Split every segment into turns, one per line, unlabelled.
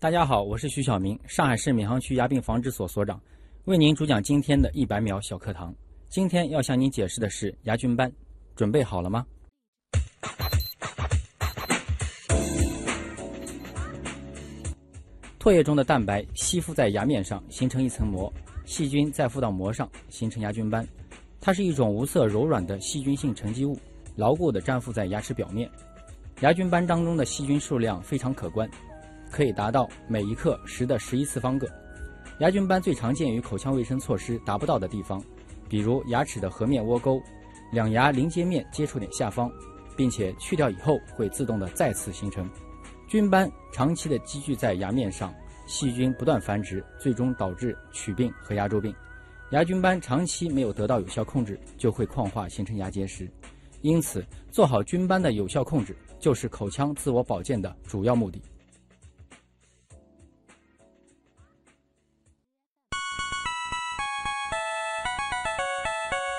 大家好，我是徐晓明，上海市闵行区牙病防治所所长，为您主讲今天的一百秒小课堂。今天要向您解释的是牙菌斑，准备好了吗？唾液中的蛋白吸附在牙面上，形成一层膜，细菌再附到膜上，形成牙菌斑。它是一种无色柔软的细菌性沉积物，牢固地粘附在牙齿表面。牙菌斑当中的细菌数量非常可观，可以达到每一克十的十一次方个。牙菌斑最常见于口腔卫生措施达不到的地方，比如牙齿的颌面窝沟、两牙邻接面接触点下方，并且去掉以后会自动的再次形成。菌斑长期的积聚在牙面上，细菌不断繁殖，最终导致龋病和牙周病。牙菌斑长期没有得到有效控制，就会矿化形成牙结石。因此，做好菌斑的有效控制，就是口腔自我保健的主要目的。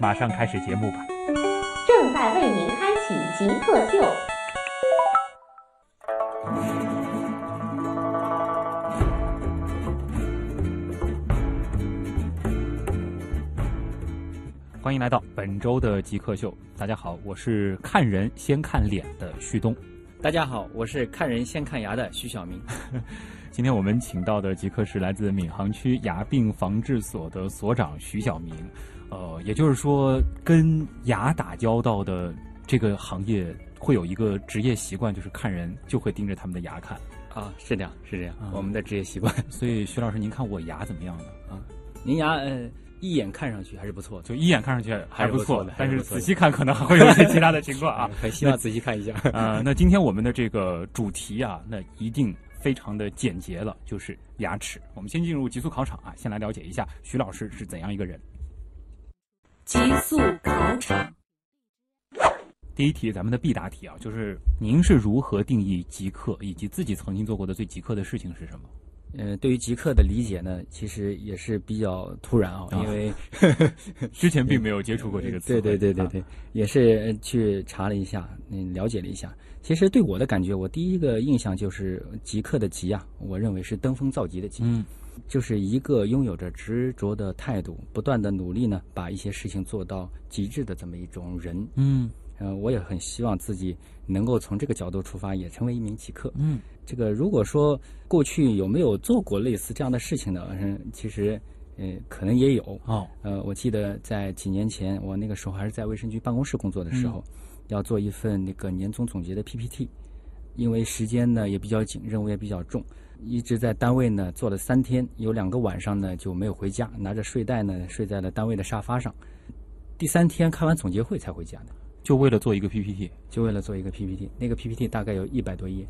马上开始节目吧。
正在为您开启极客秀，
欢迎来到本周的极客秀，大家好，我是看人先看脸的旭东。
大家好，我是看人先看牙的徐晓 明。
今天我们请到的极客是来自闵行区牙病防治所的所长徐晓明，呃，也就是说，跟牙打交道的这个行业会有一个职业习惯，就是看人就会盯着他们的牙看。
啊，是这样，是这样，
嗯
我们的职业习惯。
所以，徐老师，您看我牙怎么样呢？
您牙呃一眼看上去还是不错的，
就一眼看上去还
还是
不错，
不错的
但
还是
是
不错的
仔细看可能还会有一些其他的 情况啊
啊，。还希望仔细看一下。
呃，那今天我们的这个主题啊，那一定非常的简洁了，就是牙齿。我们先进入极速考场啊，先来了解一下徐老师是怎样一个人。
极速考场，
第一题，咱们的必答题啊，就是您是如何定义极客，以及自己曾经做过的最极客的事情是什 么？
呃，对于极客的理解呢，其实也是比较突然啊，
啊
因为
之前并没有接触过这个词
对
汇。
对对对
啊
对，也是呃去查了一下，嗯，了解了一下。其实对我的感觉，我第一个印象就是极客的极啊，我认为是登峰造极的极，
嗯
就是一个拥有着执着的态度，不断的努力呢，把一些事情做到极致的这么一种人。
嗯
呃，我也很希望自己能够从这个角度出发，也成为一名极客。
嗯
这个如果说过去有没有做过类似这样的事情呢？嗯，其实，呃，可能也有。
哦
呃，我记得在几年前，我那个时候还是在卫生局办公室工作的时候，要做一份那个年终总结的 PPT，因为时间呢也比较紧，任务也比较重，一直在单位呢做了三天，有两个晚上呢就没有回家，拿着睡袋呢睡在了单位的沙发上，第三天开完总结会才回家的，
就为了做一个 PPT，
就为了做一个 PPT，那个 PPT 大概有一百多页。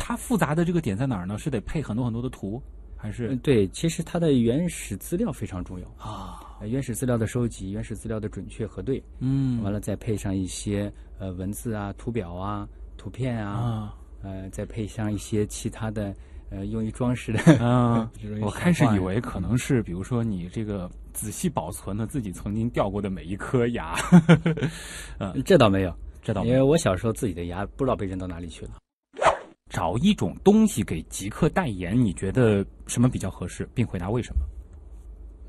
它复杂的这个点在哪儿呢？是得配很多很多的图，还是
嗯，对，其实它的原始资料非常重要，
啊？
呃原始资料的收集、原始资料的准确核对，
嗯
完了再配上一些呃文字啊、图表啊、图片啊，
啊
呃，再配上一些其他的呃用于装饰的
啊！
这种小画呀。
我开始以为可能是，比如说你这个仔细保存了自己曾经掉过的每一颗牙，
嗯这倒没有，
这倒没
因
有
为我小时候自己的牙不知道被扔到哪里去了。
找一种东西给极客代言，你觉得什么比较合适，并回答为什么？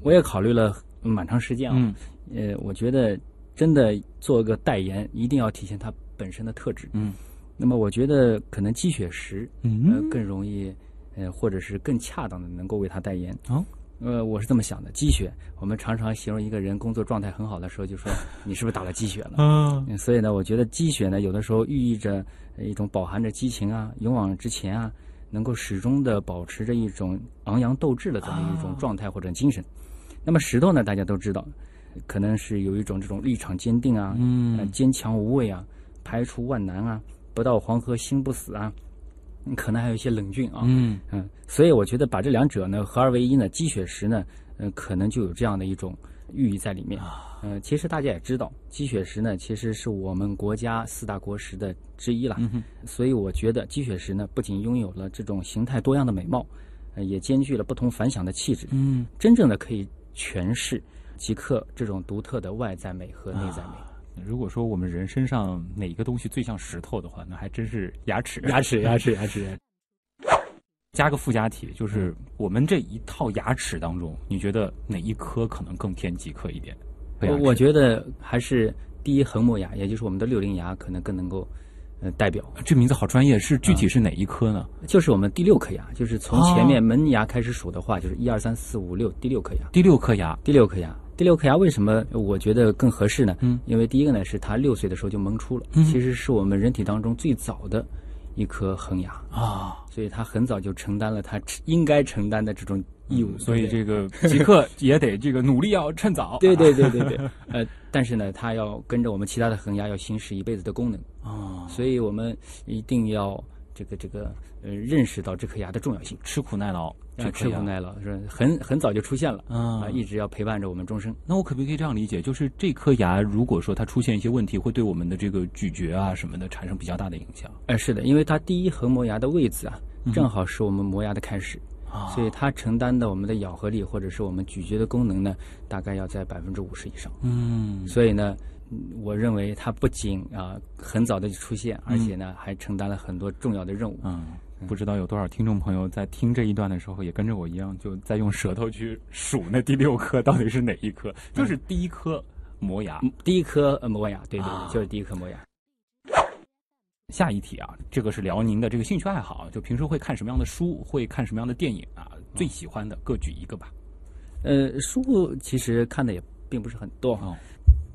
我也考虑了蛮长时间啊，
嗯
呃，我觉得真的做个代言，一定要体现它本身的特质。
嗯
那么我觉得可能鸡血石，呃，
嗯
更容易，呃，或者是更恰当的能够为他代言。
哦，
呃，我是这么想的。鸡血，我们常常形容一个人工作状态很好的时候，就说你是不是打了鸡血了？
啊
嗯，所以呢，我觉得鸡血呢，有的时候寓意着呃一种饱含着激情啊、勇往直前啊，能够始终的保持着一种昂扬斗志的这么一种
啊
状态或者精神。那么石头呢，大家都知道，可能是有一种这种立场坚定啊，呃
嗯
坚强无畏啊，排除万难啊，不到黄河心不死啊，可能还有一些冷峻啊。
嗯
嗯，所以我觉得把这两者呢合二为一呢，鸡血石呢，嗯，可能就有这样的一种寓意在里面。
啊
嗯、其实大家也知道，鸡血石呢其实是我们国家四大国石的之一啦。
嗯哼
所以我觉得鸡血石呢不仅拥有了这种形态多样的美貌，呃也兼具了不同凡响的气质，
嗯，
真正的可以诠释极客这种独特的外在美和内在美。
如果说我们人身上哪一个东西最像石头的话，那还真是 牙齿。
牙齿，牙齿，牙齿，牙齿
加个附加题，就是我们这一套牙齿当中，你觉得哪一颗可能更偏极客一点？
我我觉得还是第一横木牙，也就是我们的六棱牙，可能更能够，呃，代表
这名字好专业，是具体是哪一颗呢？
就是我们第六颗牙，就是从前面门牙开始数的
哦
话，就是一二三四五六，第六颗牙，
第六颗牙。
第六颗牙。第六颗牙为什么我觉得更合适呢？
嗯，
因为第一个呢是它六岁的时候就萌出了，其实是我们人体当中最早的一颗恒牙，
啊，
所以它很早就承担了它应该承担的这种义务。
嗯所以
对
这个极客也得这个努力要趁早。
对对对对对，呃，但是呢，它要跟着我们其他的恒牙要行使一辈子的功能。
啊，
所以我们一定要这个这个呃认识到这颗牙的重要性，
吃哎苦耐劳，
啊
这
吃
颗牙
苦。耐劳是吧很很早就出现了
啊
一直要陪伴着我们终生。
那我可不可以这样理解，就是这颗牙如果说它出现一些问题，会对我们的这个咀嚼啊什么的产生比较大的影响
呃，是的，因为它第一横磨牙的位置啊，正好是我们磨牙的开始，
嗯啊
所以它承担的我们的咬合力或者是我们咀嚼的功能呢，大概要在百分之五十以上。
嗯，
所以呢，嗯我认为它不仅啊、很早的就出现，而且呢还承担了很多重要的任务。
嗯，不知道有多少听众朋友在听这一段的时候，也跟着我一样，就在用舌头去数那第六颗到底是哪一颗，就是第一颗磨牙。
第一颗呃磨牙，对对
啊
对，就是第一颗磨牙。
下一题啊，这个是聊您的这个兴趣爱好，就平时会看什么样的书，会看什么样的电影啊，最喜欢的各举一个吧。
呃，书其实看的也并不是很多，
哦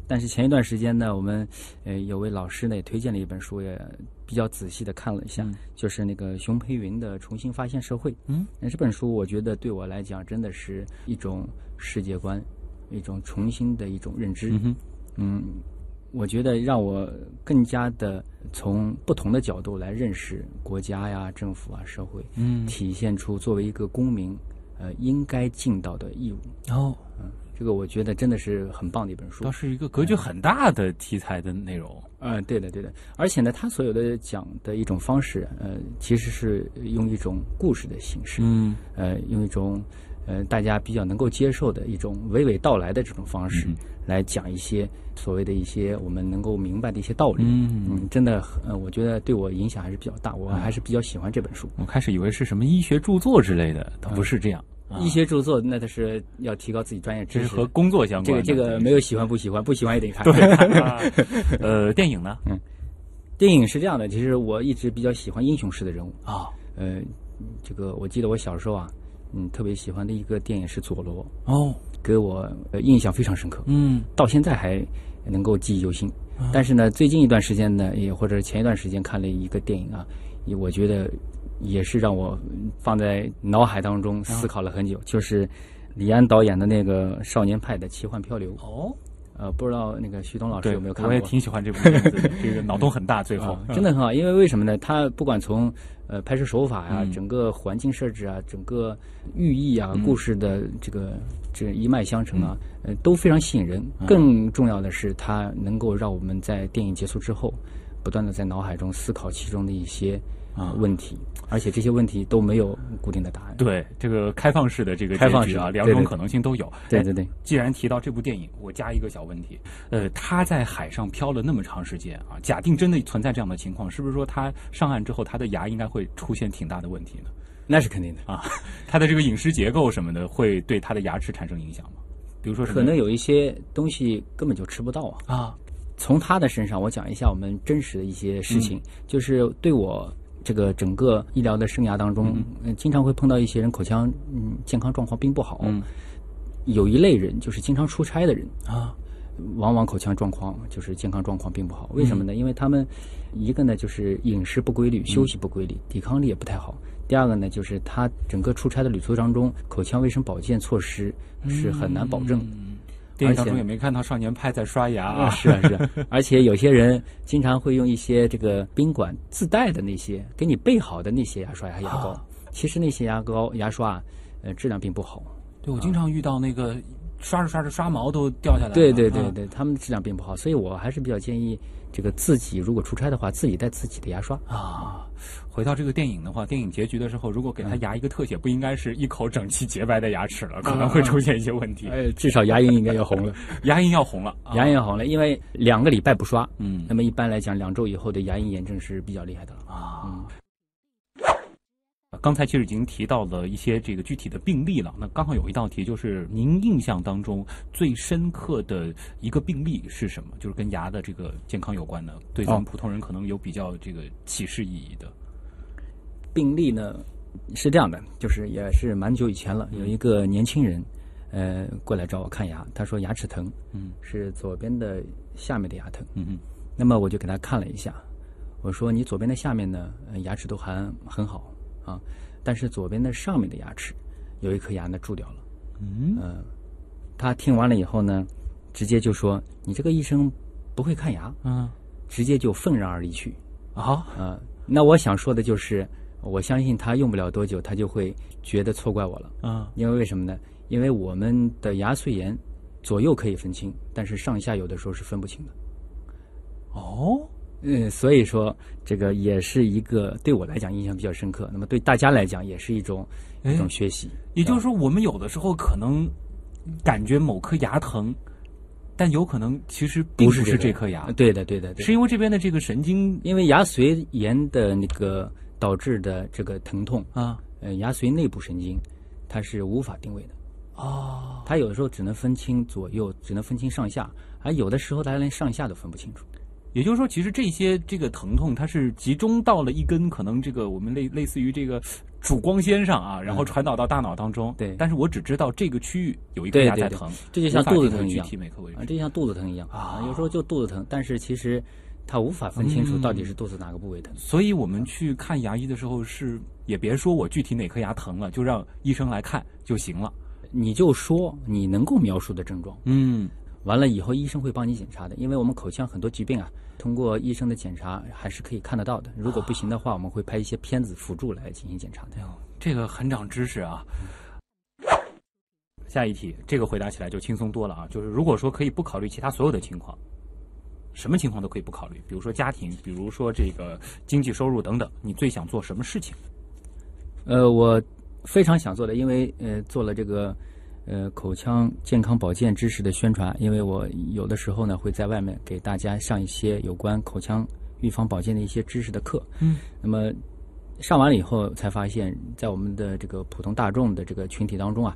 但是前一段时间呢，我们呃有位老师呢也推荐了一本书，也比较仔细的看了一下，
嗯
就是那个熊培云的《重新发现社会》。
嗯，
那这本书我觉得对我来讲真的是一种世界观，一种重新的一种认知。
嗯哼，
嗯，我觉得让我更加的从不同的角度来认识国家呀、政府啊、社会，
嗯，
体现出作为一个公民呃应该尽到的义务。
然后
这个我觉得真的是很棒的一本书
倒。是一个格局很大的题材的内容。
嗯、对的，对的。而且呢，他所有的讲的一种方式，呃，其实是用一种故事的形式，
嗯，
呃，用一种呃大家比较能够接受的一种娓娓道来的这种方式，
嗯
来讲一些所谓的一些我们能够明白的一些道理。
嗯
真的很，呃，我觉得对我影响还是比较大，
啊
我还是比较喜欢这本书。
我开始以为是什么医学著作之类的，它不是这样，啊
医学著作那它是要提高自己专业
这
知
是
识
和
的，
工作相
这
关
个这
的。
个没有喜欢不喜欢，不喜欢也得看。对
对，啊 呃，电影呢？
电影是这样的，其实我一直比较喜欢英雄式的人物。
啊，
呃，这个我记得我小时候啊，嗯，特别喜欢的一个电影是《佐罗
哦，》，
给我呃印象非常深刻，
嗯，
到现在还能够记忆犹新。
啊
但是呢，最近一段时间呢，也或者前一段时间看了一个电影啊，也我觉得也是让我嗯放在脑海当中思考了很久，就是李安导演的那个《少年派的奇幻漂流》。
哦，
呃，不知道那个徐东老师
对，
有没有看过？
我也挺喜欢这部 片子的，这个脑洞很大，最后
啊，真的很好，因为为什么呢？它不管从呃拍摄手法呀、
嗯
整个环境设置啊、整个寓意啊、
嗯
故事的这个这一脉相承啊，呃都非常吸引人。更重要的是，它能够让我们在电影结束之后，不断的在脑海中思考其中的一些呃
啊
问题，而且这些问题都没有固定的答案。
对这个开放式的这个
开放
结局啊，
式
两
对
种
对
可能性都有。
对
哎
对对，
既然提到这部电影，我加一个小问题，呃，他在海上漂了那么长时间啊，假定真的存在这样的情况，是不是说他上岸之后，他的牙应该会出现挺大的问题呢？
那是肯定的。
他的这个饮食结构什么的，会对他的牙齿产生影响吗？比如说什么
可能有一些东西根本就吃不到啊。
啊，
从他的身上，我讲一下我们真实的一些事
嗯
情，就是对我这个整个医疗的生涯当中，嗯、经常会碰到一些人口腔嗯健康状况并不好，
嗯
有一类人就是经常出差的人，
啊，
往往口腔状况就是健康状况并不
嗯
好，为什么呢？因为他们一个呢就是饮食不规
嗯
律，休息不规律，抵抗力也不太好。第二个呢，就是他整个出差的旅途当中，口腔卫生保健措施是很难保证的。
嗯电影
而
当
且
中也没看到少年派在刷牙
啊，
啊。
是啊 是啊，而且有些人经常会用一些这个宾馆自带的那些给你备好的那些牙刷、牙牙膏，
啊
其实那些牙膏、牙刷啊，呃，质量并不好。
对，我经常遇到那个刷着刷着刷毛都掉下来了。
对对对
啊，
对，他们质量并不好，所以我还是比较建议这个自己如果出差的话，自己带自己的牙刷。
啊，回到这个电影的话，电影结局的时候，如果给他牙一个特写，不应该是一口整齐洁白的牙齿了，可能
啊
会出现一些问题。
呃，至少牙龈应该要红了，
牙龈要红了，啊
牙龈要红了，因为两个礼拜不刷，
嗯
那么一般来讲，两周以后的牙龈炎症是比较厉害的了。
啊
嗯。
刚才其实已经提到了一些这个具体的病例了，那刚好有一道题就是您印象当中最深刻的一个病例是什么？就是跟牙的这个健康有关的，对咱们
哦
普通人可能有比较这个启示意义的。
病例呢是这样的，就是也是蛮久以前了，
嗯
有一个年轻人，呃，过来找我看牙，他说牙齿疼，
嗯
是左边的下面的牙疼。
嗯嗯
那么我就给他看了一下，我说你左边的下面呢，呃牙齿都还很好啊，但是左边的上面的牙齿有一颗牙呢蛀掉了。
嗯
嗯、他听完了以后呢，直接就说你这个医生不会看牙，
嗯
直接就愤然而离去。
啊
啊，那我想说的就是，我相信他用不了多久，他就会觉得错怪我了。
嗯
因为为什么呢？因为我们的牙髓炎左右可以分清，但是上下有的时候是分不清的。
哦
嗯，所以说这个也是一个对我来讲印象比较深刻，那么对大家来讲也是一种一种学习。
也就是说，我们有的时候可能感觉某颗牙疼，但有可能其实并
不
不
是
这颗牙，
啊对的，对的，对的
是因为这边的这个神经
因为牙髓炎的那个导致的这个疼痛，
啊
呃，牙髓内部神经它是无法定位的。
啊
它有的时候只能分清左右，只能分清上下，而有的时候它连上下都分不清楚。
也就是说，其实这些这个疼痛，它是集中到了一根可能这个我们类类似于这个主光纤上啊，然后传导到大脑当中。
嗯对
但是我只知道这个区域有一颗
对
牙
对
在
对
疼，
这就像肚子疼一
具
样
体每个位
啊，
置。
这就像肚子疼一样
啊
有时候就肚子疼，但是其实它无法分清楚
嗯
到底是肚子哪个部位疼。
所以我们去看牙医的时候是，也别说我具体哪颗牙疼了，就让医生来看就行了。
你就说你能够描述的症状，
嗯，
完了以后医生会帮你检查的，因为我们口腔很多疾病啊，通过医生的检查还是可以看得到的。如果不行的话，我们会拍一些片子辅助来进行检查的
哎。呦，这个很长知识啊。下一题，这个回答起来就轻松多了啊。就是如果说可以不考虑其他所有的情况，什么情况都可以不考虑，比如说家庭，比如说这个经济收入等等，你最想做什么事情？
呃，我非常想做的，因为呃做了这个呃口腔健康保健知识的宣传，因为我有的时候呢会在外面给大家上一些有关口腔预防保健的一些知识的课。
嗯，
那么上完了以后才发现，在我们的这个普通大众的这个群体当中啊，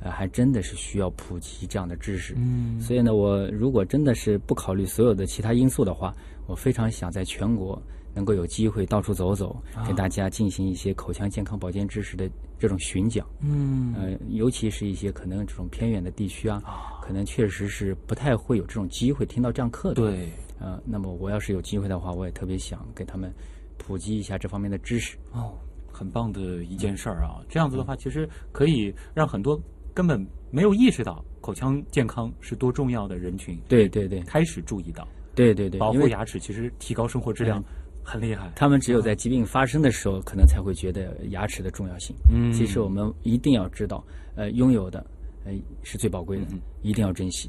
呃还真的是需要普及这样的知识。
嗯
所以呢，我如果真的是不考虑所有的其他因素的话，我非常想在全国能够有机会到处走走，
啊
给大家进行一些口腔健康保健知识的这种巡讲。
嗯
呃，尤其是一些可能这种偏远的地区啊，可能确实是不太会有这种机会听到这样课的。，
对
呃，那么我要是有机会的话，我也特别想给他们普及一下这方面的知识。
哦，很棒的一件事儿啊。这样子的话，其实可以让很多根本没有意识到口腔健康是多重要的人群
对对对
开始注意到，
对对对，
保
因
护
为嗯
牙齿其实提高生活质量很厉害。
他们只有在疾病发生的时候，可能才会觉得牙齿的重要性。
嗯
其实我们一定要知道，呃，拥有的，呃，是最宝贵的，
嗯
一定要珍惜。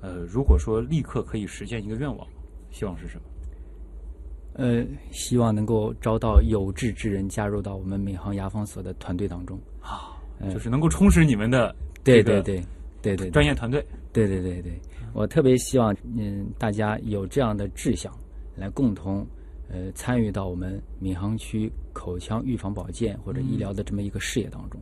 呃，如果说立刻可以实现一个愿望，希望是什么？
呃，希望能够招到有志之人加入到我们闵行牙防所的团队当中。嗯
就是能够充实你们的
对
这个
对对，对对对
专业团队。
对对对对，我特别希望嗯大家有这样的志向，来共同呃参与到我们闵行区口腔预防保健或者医疗的这么一个事业当中。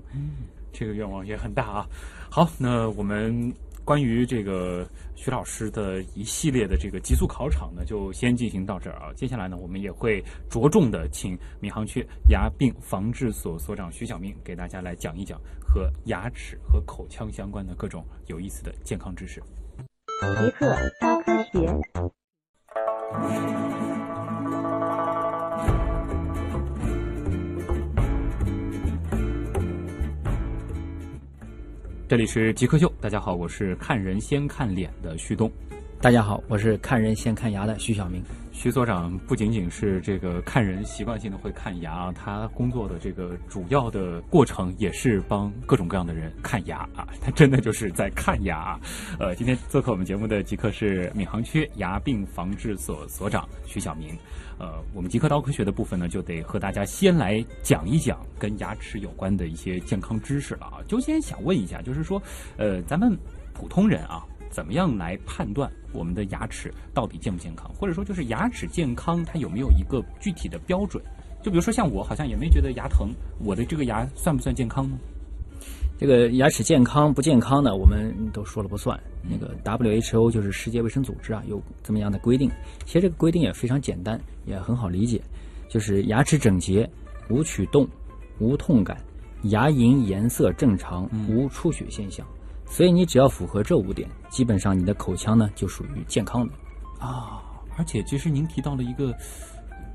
这个愿望也很大啊。好，那我们关于这个徐老师的一系列的这个极速考场呢，就先进行到这儿啊。接下来呢，我们也会着重的请闵行区牙病防治所所长徐小明给大家来讲一讲和牙齿和口腔相关的各种有意思的健康知识。
极客高科学。
这里是极客秀，大家好，我是看人先看脸的旭东。
大家好，我是看人先看牙的徐小明。
徐所长不仅仅是这个看人习惯性的会看牙啊，他工作的这个主要的过程也是帮各种各样的人看牙啊，他真的就是在看牙啊。呃，今天做客我们节目的极客是闵行区牙病防治所所长徐晓明。呃，我们极客刀科学的部分呢，就得和大家先来讲一讲跟牙齿有关的一些健康知识了啊。就先想问一下，就是说，呃，咱们普通人啊，怎么样来判断我们的牙齿到底健不健康，或者说就是牙齿健康它有没有一个具体的标准？就比如说像我好像也没觉得牙疼，我的这个牙算不算健康呢？
这个牙齿健康不健康呢，我们都说了不算。那个 WHO 就是世界卫生组织啊，有这么样的规定。其实这个规定也非常简单，也很好理解，就是牙齿整洁、无龋洞、无痛感、牙龈颜色正常、无出血现象。所以你只要符合这五点，基本上你的口腔呢就属于健康的。
啊，而且其实您提到了一个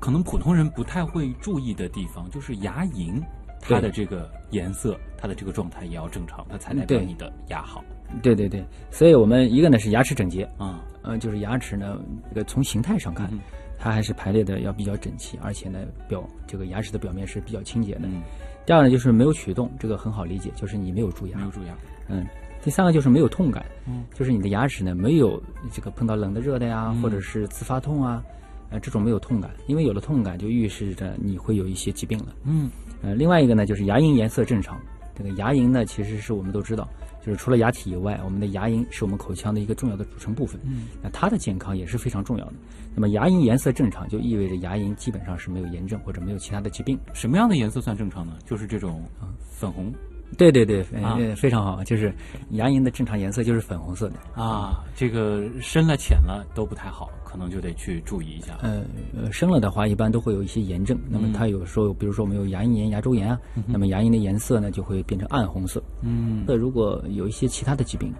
可能普通人不太会注意的地方，就是牙龈它的这个颜色、它的这个状态也要正常，它才代表
嗯对
你的牙好
对对对，所以我们一个呢是牙齿整洁，
啊。
呃，就是牙齿呢，这个从形态上看，
嗯
它还是排列的要比较整齐，而且呢，表这个牙齿的表面是比较清洁的。
嗯，
第二呢，就是没有龋洞，这个很好理解，就是你没有蛀牙
没。有蛀牙。
嗯。第三个就是没有痛感，
嗯
就是你的牙齿呢没有这个碰到冷的热的呀，
嗯
或者是自发痛啊，呃，这种没有痛感，因为有了痛感就预示着你会有一些疾病了。
嗯
呃，另外一个呢就是牙龈颜色正常。这个牙龈呢，其实是我们都知道，就是除了牙体以外，我们的牙龈是我们口腔的一个重要的组成部分。
嗯，
那它的健康也是非常重要的。那么牙龈颜色正常，就意味着牙龈基本上是没有炎症或者没有其他的疾病。
什么样的颜色算正常呢？就是这种
嗯
粉红
对对对，呃
啊
呃非常好，就是牙龈的正常颜色就是粉红色的。
啊，这个深了浅了都不太好，可能就得去注意一下。
呃呃，生了的话一般都会有一些炎症，
嗯
那么它有时候，比如说我们有牙龈炎、牙周炎啊，那么牙龈的颜色呢就会变成暗红色。
嗯
那如果有一些其他的疾病，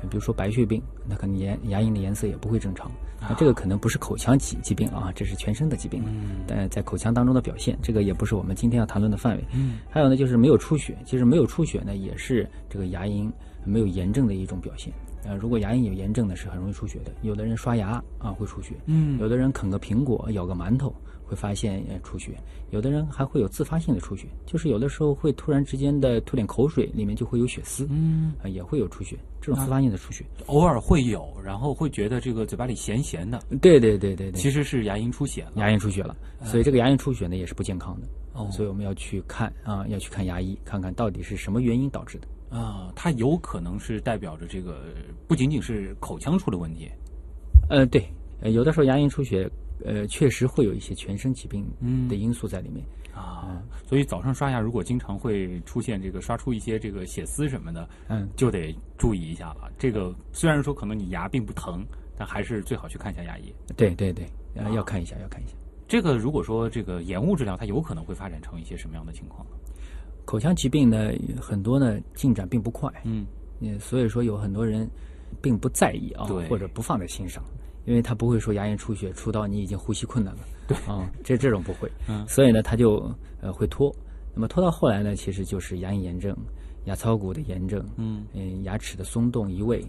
呃比如说白血病，那可能牙牙龈的颜色也不会正常。那
啊
这个可能不是口腔疾疾病啊，这是全身的疾病，
嗯
但在口腔当中的表现，这个也不是我们今天要谈论的范围。
嗯
还有呢，就是没有出血，其实没有出血呢，也是这个牙龈没有炎症的一种表现。呃，如果牙龈有炎症呢，是很容易出血的。有的人刷牙啊会出血，
嗯
有的人啃个苹果、咬个馒头会发现呃出血，有的人还会有自发性的出血，就是有的时候会突然之间的吐点口水，里面就会有血丝，
嗯，
啊、也会有出血，这种自发性的出血。
偶尔会有，然后会觉得这个嘴巴里咸咸的，
啊对对对啊对对，
其实是牙龈出血了。
牙龈出血了，所以这个牙龈出血呢也是不健康的，
哦
所以我们要去看啊、要去看牙医，看看到底是什么原因导致的。
啊，它有可能是代表着这个不仅仅是口腔出了问题，
呃，对，呃，有的时候牙龈出血，呃，确实会有一些全身疾病
嗯
的因素在里面。
啊，所以早上刷牙如果经常会出现这个刷出一些这个血丝什么的，
嗯，
就得注意一下了。这个虽然说可能你牙并不疼，但还是最好去看一下牙医。
对对对，呃，
啊
要看一下，要看一下。
这个如果说这个延误治疗，它有可能会发展成一些什么样的情况呢？
口腔疾病呢，很多呢进展并不快，
嗯
嗯，所以说有很多人并不在意啊
对，
或者不放在心上，因为他不会说牙龈出血出到你已经呼吸困难了，对啊、这这种不会，
嗯
所以呢他就呃会拖，那么拖到后来呢，其实就是牙龈炎症、牙槽骨的炎症，
嗯
嗯，牙齿的松动移位，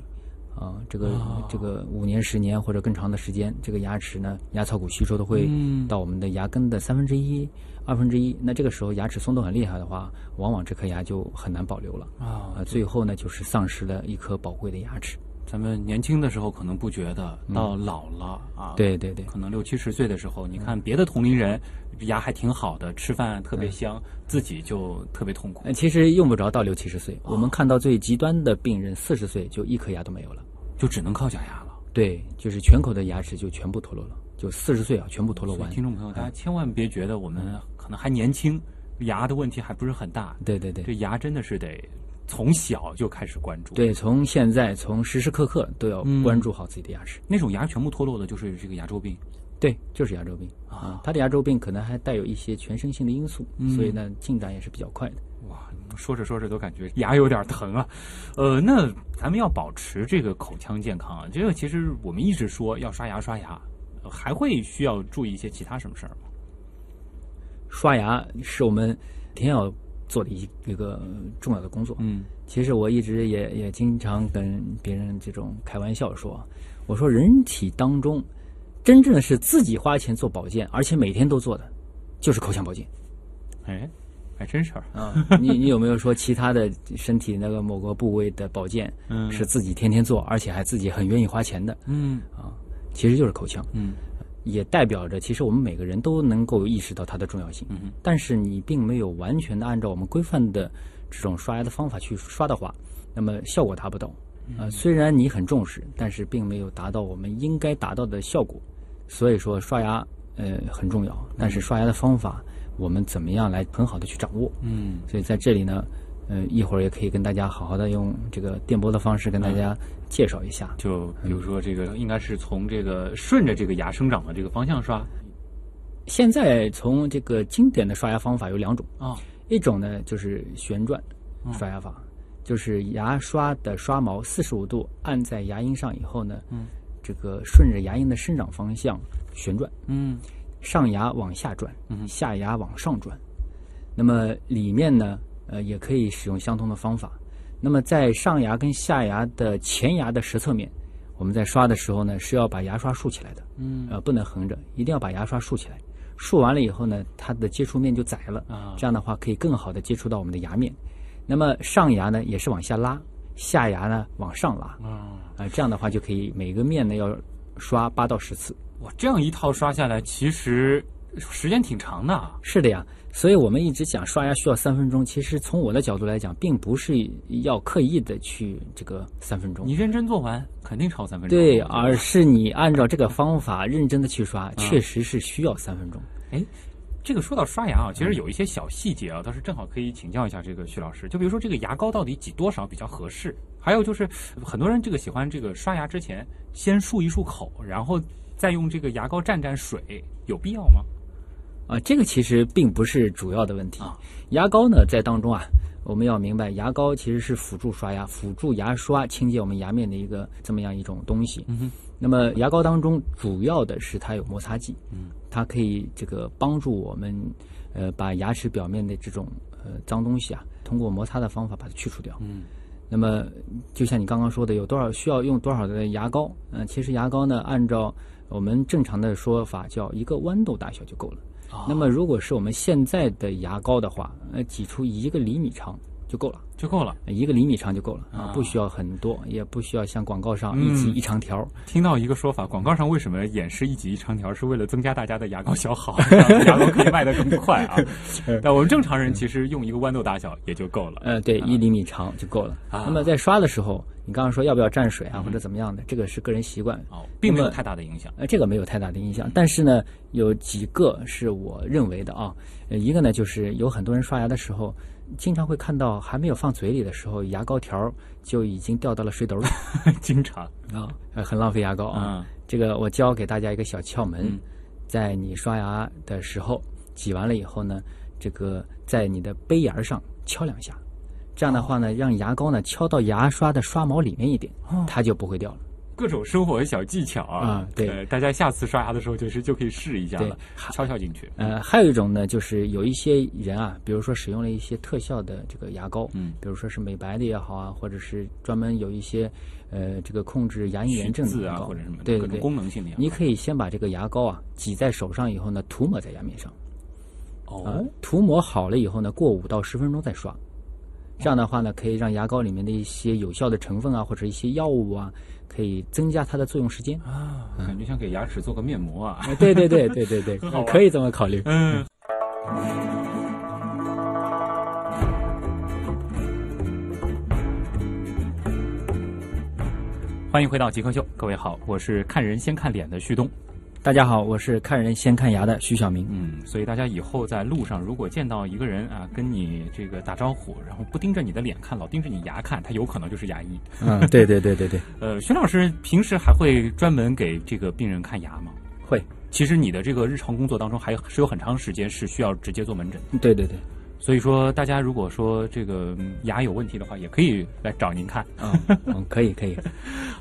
啊、这个、
哦
这个五年、十年或者更长的时间，这个牙齿呢，牙槽骨吸收都会
嗯
到我们的牙根的三分之一、二分之一。那这个时候牙齿松动很厉害的话，往往这颗牙就很难保留了啊、
啊，
最后呢，就是丧失了一颗宝贵的牙齿。
咱们年轻的时候可能不觉得，到
嗯
老了啊，
对对对，
可能六七十岁的时候，你看别的同龄人牙还挺好的，吃饭特别香，自己就特别痛苦
呃，其实用不着到六七十
啊
岁，我们看到最极端的病人，四十岁就一颗牙都没有了。
就只能靠假牙了。
对，就是全口的牙齿就全部脱落了，就四十岁啊，全部脱落
所
完
以。听众朋友，大家千万别觉得我
嗯
们可能还年轻，牙的问题还不是很大，
对对对，
这牙真的是得从小就开始关注。，
对，从现在从时时刻刻都要
嗯
关注好自己的牙齿。
那种牙全部脱落的，就是这个牙周病。
对，就是牙周病啊，嗯他的牙周病可能还带有一些全身性的因素，所以呢，进展也是比较快的。
哇，说着说着都感觉牙有点疼啊。呃，那咱们要保持这个口腔健康啊，这个其实我们一直说要刷牙刷牙，呃还会需要注意一些其他什么事儿吗？
刷牙是我们一定要做的一一个重要的工作。
嗯
其实我一直也也经常跟别人这种开玩笑说，我说人体当中真正的是自己花钱做保健，而且每天都做的，就是口腔保健
哎，还真是儿
啊。你你有没有说其他的身体那个某个部位的保健
嗯
是自己天天做，而且还自己很愿意花钱的？
嗯
其实就是口腔，
嗯
也代表着其实我们每个人都能够意识到它的重要性。
嗯哼
但是你并没有完全的按照我们规范的这种刷牙的方法去刷的话，那么效果达不到。
嗯
呃，虽然你很重视，但是并没有达到我们应该达到的效果。所以说，刷牙呃很重
嗯
要，但是刷牙的方法我们怎么样来很好的去掌握？
嗯
所以在这里呢，呃，一会儿也可以跟大家好好的用这个电波的方式跟
嗯
大家介绍一下。
就比如说这个，应该是从这个顺着这个牙生长的这个方向刷
现在从这个经典的刷牙方法有两种，
啊，嗯
一种呢就是旋转刷牙法，就是牙刷的刷毛四十五度按在牙龈上以后呢，
嗯
这个顺着牙龈的生长方向旋转，
嗯
上牙往下转，
嗯哼
下牙往上转。那么里面呢，呃，也可以使用相同的方法。那么在上牙跟下牙的前牙的实侧面，我们在刷的时候呢，是要把牙刷竖起来的，
嗯
呃，不能横着，一定要把牙刷竖起来。竖完了以后呢，它的接触面就窄了，
啊
这样的话可以更好的接触到我们的牙面。那么上牙呢也是往下拉，下牙呢往上拉，
啊，
啊，这样的话就可以每个面呢要刷八到十次。
哇，这样一套刷下来，其实时间挺长的啊。
是的呀，所以我们一直讲刷牙需要三分钟，其实从我的角度来讲，并不是要刻意的去这个三分钟
你。认真做完，肯定超三分钟。
对，
我觉得
而是你按照这个方法认真的去刷，
啊
确实是需要三分钟。
这个说到刷牙啊，其实有一些小细节啊，倒是正好可以请教一下这个徐老师。就比如说这个牙膏到底挤多少比较合适？还有就是很多人这个喜欢这个刷牙之前先漱一漱口，然后再用这个牙膏蘸蘸水，有必要吗？
啊，这个其实并不是主要的问题
啊。
牙膏呢，在当中啊，我们要明白，牙膏其实是辅助刷牙、辅助牙刷清洁我们牙面的一个这么样一种东西。
嗯哼
那么牙膏当中主要的是它有摩擦剂，嗯，它可以这个帮助我们呃把牙齿表面的这种呃脏东西啊，通过摩擦的方法把它去除掉。
嗯
那么，就像你刚刚说的，有多少需要用多少的牙膏？嗯、其实牙膏呢，按照我们正常的说法，叫一个豌豆大小就够了。
啊
那么，如果是我们现在的牙膏的话，呃，挤出一个厘米长就够了，呃
就够了。
一个厘米长就够了啊
啊，
不需要很多，也不需要像广告上
嗯
一挤一长条。
听到一个说法，广告上为什么演示一挤一长条，是为了增加大家的牙膏消 耗，让牙膏可以卖得更快 啊？但我们正常人其实用一个豌豆大小也就够了。
呃，对，一厘米长就够了。
啊嗯
那么在刷的时候，你刚刚说要不要蘸水啊，或者怎么样的，这个是个人习惯。
哦，并没有太大的影响。
呃，这个没有太大的影响，但是呢，有几个是我认为的啊，呃一个呢就是有很多人刷牙的时候，经常会看到还没有放嘴里的时候，牙膏条儿就已经掉到了水斗里
经常
啊，呃很浪费牙膏啊。
啊，
这个我教给大家一个小窍门，
嗯
在你刷牙的时候，挤完了以后呢，这个在你的杯沿儿上敲两下，这样的话呢，让牙膏呢敲到牙刷的刷毛里面一点，
哦
它就不会掉了。
各种生活小技巧啊
啊，对
呃大家下次刷牙的时候就是就可以试一下了，
对
敲敲进去。
呃，还有一种呢，就是有一些人啊，比如说使用了一些特效的这个牙膏，
嗯
比如说是美白的也好啊，或者是专门有一些呃这个控制牙龈炎症
字
的
啊
牙膏，
或者什么的
对
各
对
种
对，
功能性的牙膏，
你可以先把这个牙膏啊挤在手上以后呢，涂抹在牙面上，啊
哦，，
涂抹好了以后呢，过五到十分钟再刷。这样的话呢，可以让牙膏里面的一些有效的成分啊，或者一些药物啊，可以增加它的作用时间。
啊感觉像给牙齿做个面膜啊。
哎对对对对对 对，
好玩
可以这么考虑。
嗯，欢迎回到极客秀，各位好，我是看人先看脸的旭东。
大家好，我是看人先看牙的徐小明。
嗯，所以大家以后在路上如果见到一个人啊，跟你这个打招呼，然后不盯着你的脸看，老盯着你牙看，他有可能就是牙医。
嗯，对对对对对，
呃，徐老师平时还会专门给这个病人看牙吗？
会，
其实你的这个日常工作当中，还是有很长时间是需要直接做门诊的，
对对对，
所以说，大家如果说这个嗯牙有问题的话，也可以来找您看。
嗯，嗯可以可以，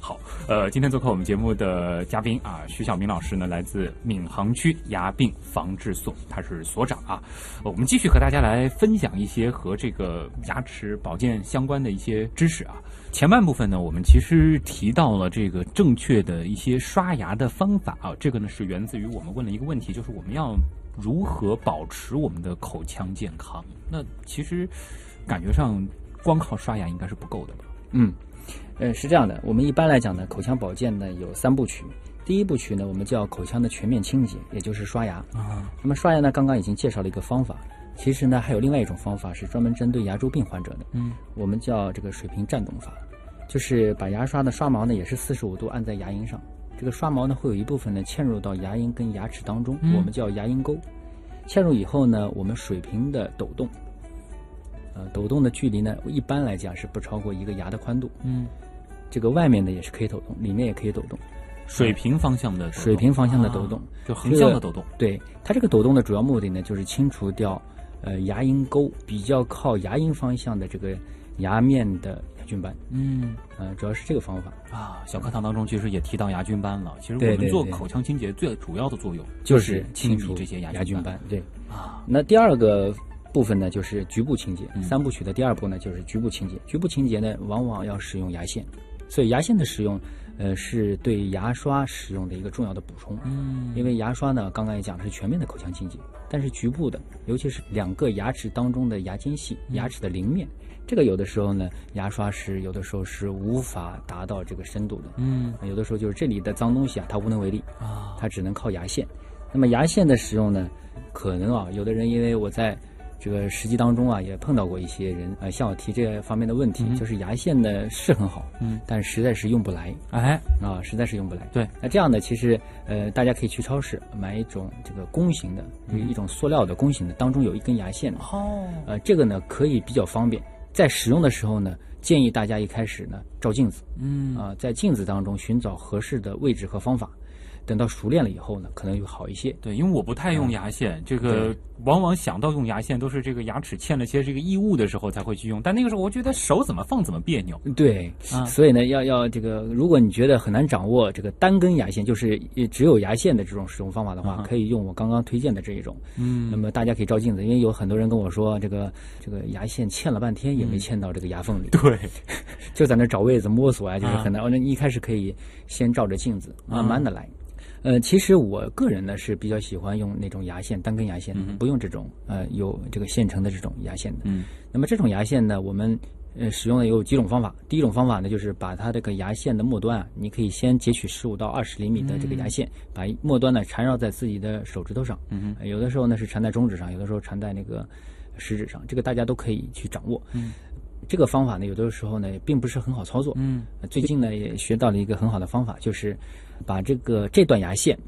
好，呃，今天做客我们节目的嘉宾啊，徐晓明老师呢，来自闵行区牙病防治所，他是所长啊。呃我们继续和大家来分享一些和这个啊牙齿保健相关的一些知识啊。前半部分呢，我们其实提到了这个正确的一些刷牙的方法啊，这个呢是源自于我们问了一个问题，就是我们要如何保持我们的口腔健康？那其实感觉上光靠刷牙应该是不够的吧？
嗯，呃，是这样的，我们一般来讲呢，口腔保健呢有三部曲。第一部曲呢，我们叫口腔的全面清洁，也就是刷牙。
啊，
那么刷牙呢，刚刚已经介绍了一个方法，其实呢还有另外一种方法是专门针对牙周病患者的，
嗯。
我们叫这个水平颤动法，就是把牙刷的刷毛呢也是四十五度按在牙龈上，这个刷毛呢会有一部分呢嵌入到牙龈跟牙齿当中，
嗯
我们叫牙龈沟。嵌入以后呢，我们水平的抖动，呃，抖动的距离呢一般来讲是不超过一个牙的宽度，
嗯，
这个外面的也是可以抖动，里面也可以抖动，
水平方向的抖动
水平方向的抖动
啊就横向的抖动。
对它这个抖动的主要目的呢，就是清除掉呃牙龈沟比较靠牙龈方向的这个牙面的牙菌斑，
嗯
呃，主要是这个方法，
啊，小课堂当中其实也提到牙菌斑了。其实
对
我们
对
做
对
口腔清洁最主要的作用
就是
清
清
理
除
这些
牙
菌
菌斑。对，
啊。
那第二个部分呢，就是局部清洁。三部曲的第二步呢，就是局部清洁。局部清洁呢，往往要使用牙线，所以牙线的使用，呃，是对牙刷使用的一个重要的补充。
嗯
因为牙刷呢，刚刚也讲了是全面的口腔清洁，但是局部的，尤其是两个牙齿当中的牙间隙、牙齿的邻面，这个有的时候呢，牙刷是有的时候是无法达到这个深度的，呃
嗯
有的时候就是这里的脏东西啊，它无能为力，
啊
它只能靠牙线。那么牙线的使用呢，可能啊，有的人因为我在这个实际当中啊，也碰到过一些人呃向我提这方面的问题，就是牙线呢是很好，
嗯，
但实在是用不来，
哎
啊，实在是用不来。
对，
那这样呢，其实呃，大家可以去超市买一种这个弓形的，
嗯
有一种塑料的弓形的，当中有一根牙线的，
哦
呃，这个呢可以比较方便。在使用的时候呢，建议大家一开始呢照镜子
嗯
啊、在镜子当中寻找合适的位置和方法，等到熟练了以后呢，可能就好一些。
对，因为我不太
嗯
用牙线，这个往往想到用牙线都是这个牙齿嵌了些这个异物的时候才会去用，但那个时候我觉得手怎么放怎么 别扭。
对，
啊
所以呢，要要这个，如果你觉得很难掌握这个单根牙线，就是呃只有牙线的这种使用方法的话，
嗯哼
可以用我刚刚推荐的这一种。那
嗯
么大家可以照镜子，因为有很多人跟我说，这个这个牙线嵌了半天也
嗯
没嵌到这个牙缝里，
对，
就在那找位子摸索啊，就是
啊
很难。哦那、你一开始可以先照着镜子，慢慢的来。呃，其实我个人呢是比较喜欢用那种牙线，单根牙线，不用这种呃有这个现成的这种牙线的。
嗯
那么这种牙线呢，我们呃使用的有几种方法。第一种方法呢，就是把它这个牙线的末端啊，你可以先截取十五到二十厘米
嗯
的这个牙线，把末端呢缠绕在自己的手指头上。
嗯
呃有的时候呢是缠在中指上，有的时候缠在那个食指上，这个大家都可以去掌握。
嗯
这个方法呢，有的时候呢并不是很好操作。
嗯
呃最近呢也学到了一个很好的方法，就是把这个这段牙线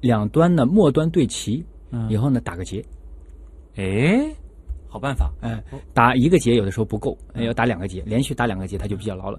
两端呢末端对齐，
嗯
以后呢打个结。
哎，好办法。
哎，打一个结有的时候不够，
嗯
哎要打两个结，连续打两个结它就比较牢了。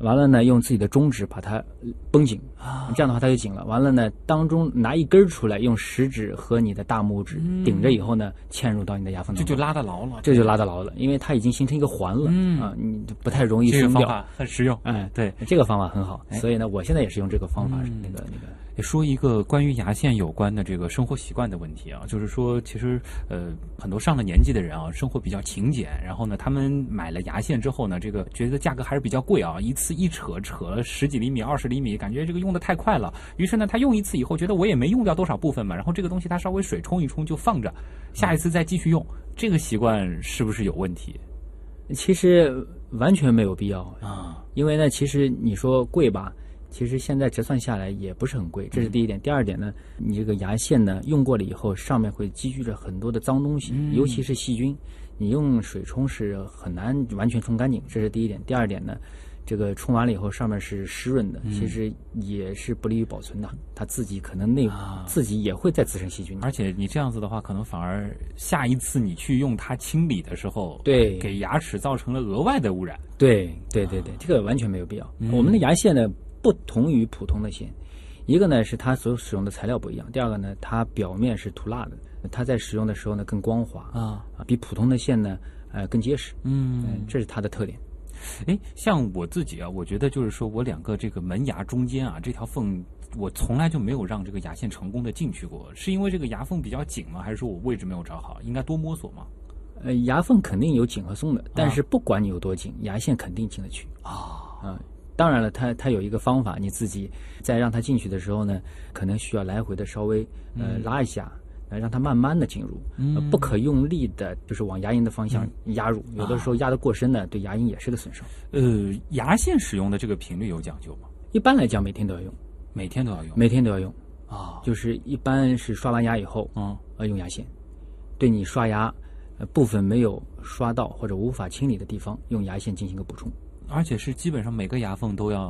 完了呢，用自己的中指把它呃绷紧，
啊
这样的话它就紧了。完了呢，当中拿一根儿出来，用食指和你的大拇指顶着以后呢，嵌入到你的牙缝
嗯这
当
就
中，
拉得牢了，
嗯这就拉得牢了，因为它已经形成一个环了，
嗯
啊，你就不太容易
这个
松
方
掉。
法很实用。
哎，
对，哎
这个方法很好，所以呢，我现在也是用这个方法，
嗯
那个那个，
也说一个关于牙线有关的这个生活习惯的问题啊，就是说，其实呃，很多上了年纪的人啊，生活比较勤俭，然后呢，他们买了牙线之后呢，这个觉得价格还是比较贵啊，一次一扯扯了十几厘米、二十厘米，感觉这个用的太快了。于是呢，他用一次以后，觉得我也没用掉多少部分嘛，然后这个东西他稍微水冲一冲就放着，下一次再继续用，这个习惯是不是有问题
其实完全没有必要，
啊？
因为呢，其实你说贵吧，其实现在折算下来也不是很贵，这
嗯
是第一点。第二点呢，你这个牙线呢用过了以后，上面会积聚着很多的脏东西，
嗯
尤其是细菌，你用水冲是很难完全冲干净，这是第一点。第二点呢。这个冲完了以后，上面是湿润
嗯
的，其实也是不利于保存的。它自己可能内、
啊
自己也会再滋生细菌。
而且你这样子的话，可能反而下一次你去用它清理的时候，
对
给牙齿造成了额外的污染。
对对对对，这个完全没有必要。我们的牙线呢，不同于普通的线，一个呢是它所使用的材料不一样，第二个呢它表面是涂蜡的，它在使用的时候呢更光滑
啊，
啊，比普通的线呢呃更结实，
嗯
嗯，，这是它的特点。
哎，像我自己啊，我觉得就是说我两个这个门牙中间啊，这条缝我从来就没有让这个牙线成功的进去过，是因为这个牙缝比较紧吗？还是说我位置没有找好？应该多摸索嘛？
呃，牙缝肯定有紧和松的，但是不管你有多紧，牙线肯定进得去
啊，
啊。当然了，它它有一个方法，你自己在让它进去的时候呢，可能需要来回的稍微呃拉一下，呃让它慢慢的进入，呃不可用力的，就是往牙龈的方向压入。有的时候压得过深呢，对牙龈也是个损伤。
呃，牙线使用的这个频率有讲究吗？
一般来讲，每天都要用，
每天都要用？
每天都要用，
啊，
就是一般是刷完牙以后，
嗯
呃，用牙线，对你刷牙呃部分没有刷到或者无法清理的地方，用牙线进行个补充。
而且是基本上每个牙缝都要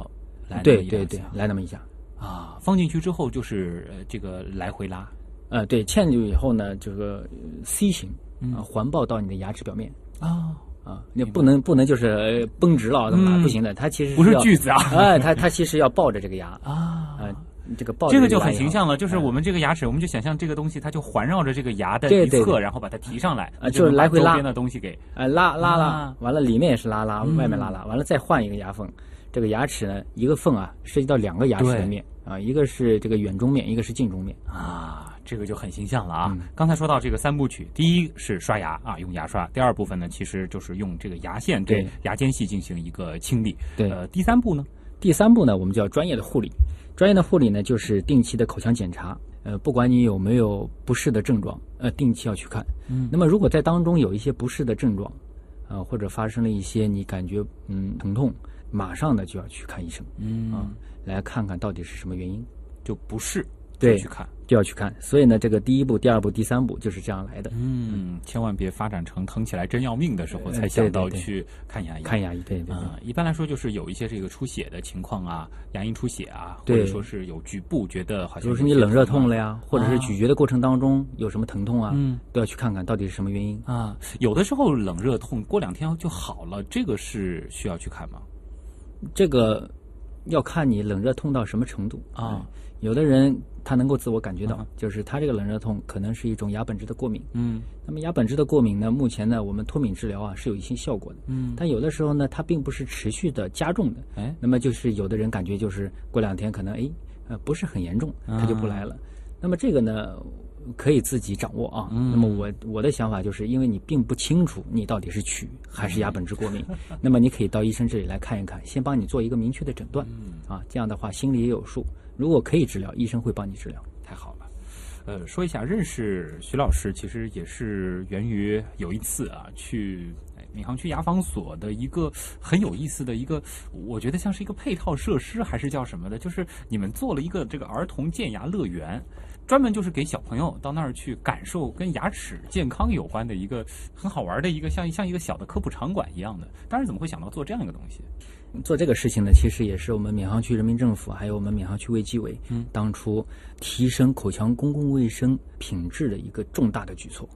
来那么
对
一
对
两
对
下，
来那么一下。
啊，放进去之后就是呃这个来回拉
呃，对，嵌入以后呢，这个呃 C 型
嗯
啊、环抱到你的牙齿表面
啊，
啊，你不能不能就是呃绷直了，怎么打、
嗯
不行的？它其实
不是
要
锯子啊
哎，它它其实要抱着这个牙啊、
啊。
这个抱着
这个
个
就
牙
很
也
形
好
象了，就是我们这个牙齿，我们就想象这个东西，它就环绕着这个牙的
对
一
对
侧，
对
然后把它提上来，
啊
你能
就是来回
把周
拉
边的东西给
哎，拉拉拉
啊，嗯
完了里面也是拉拉，外面拉拉，完了再换一个牙缝。这个牙齿呢，一个缝啊，涉及到两个牙齿
对
的面啊，一个是这个远中面，一个是近中面。
啊，这个就很形象了啊。
嗯
刚才说到这个三部曲，第一是刷牙啊，用牙刷；第二部分呢，其实就是用这个牙线对
对
牙间隙进行一个清理。
对
呃，第三步呢，
第三步呢，我们就要专业的护理。专业的护理呢，就是定期的口腔检查。呃，不管你有没有不适的症状，呃，定期要去看。嗯，那么如果在当中有一些不适的症状，呃，或者发生了一些你感觉嗯疼痛，马上呢就要去看医生
嗯
啊，来看看到底是什么原因，
就不是
对
就去看，
就要去看。所以呢，这个第一步、第二步、第三步就是这样来的。
嗯，千万别发展成疼起来真要命的时候
呃
才
对
想
对
到
对
去看牙医。
看牙医，对对对，
啊、一般来说就是有一些这个出血的情况啊，牙龈出血啊，或
对
者说是有局部觉得好像
比如
有
说你
些
冷热
疼啊
痛了呀，或者是咀嚼的过程当中有什么疼痛啊，
嗯
都要去看看到底是什么原因。
啊，有的时候冷热痛过两天就好了，这个是需要去看吗？
这个要看你冷热痛到什么程度
啊
嗯有的人他能够自我感觉到，就是他这个冷热痛可能是一种牙本质的过敏。
嗯
那么牙本质的过敏呢，目前呢我们脱敏治疗啊是有一些效果的，
嗯，
但有的时候呢它并不是持续的加重的。
哎
那么就是有的人感觉就是过两天可能哎呃不是很严重，他就不来了。那么这个呢可以自己掌握啊。那么我我的想法就是，因为你并不清楚你到底是龋还是牙本质过敏，那么你可以到医生这里来看一看，先帮你做一个明确的诊断啊，这样的话心里也有数。如果可以治疗，医生会帮你治疗。
太好了。呃，说一下认识徐老师，其实也是源于有一次啊，去哎闵行区牙防所的一个很有意思的一个，我觉得像是一个配套设施还是叫什么的，就是你们做了一个这个儿童健牙乐园，专门就是给小朋友到那儿去感受跟牙齿健康有关的一个很好玩的一个像像一个小的科普场馆一样的。当时怎么会想到做这样一个东西？
做这个事情呢，其实也是我们闵行区人民政府还有我们闵行区卫计委，当初提升口腔公共卫生品质的一个重大的举措。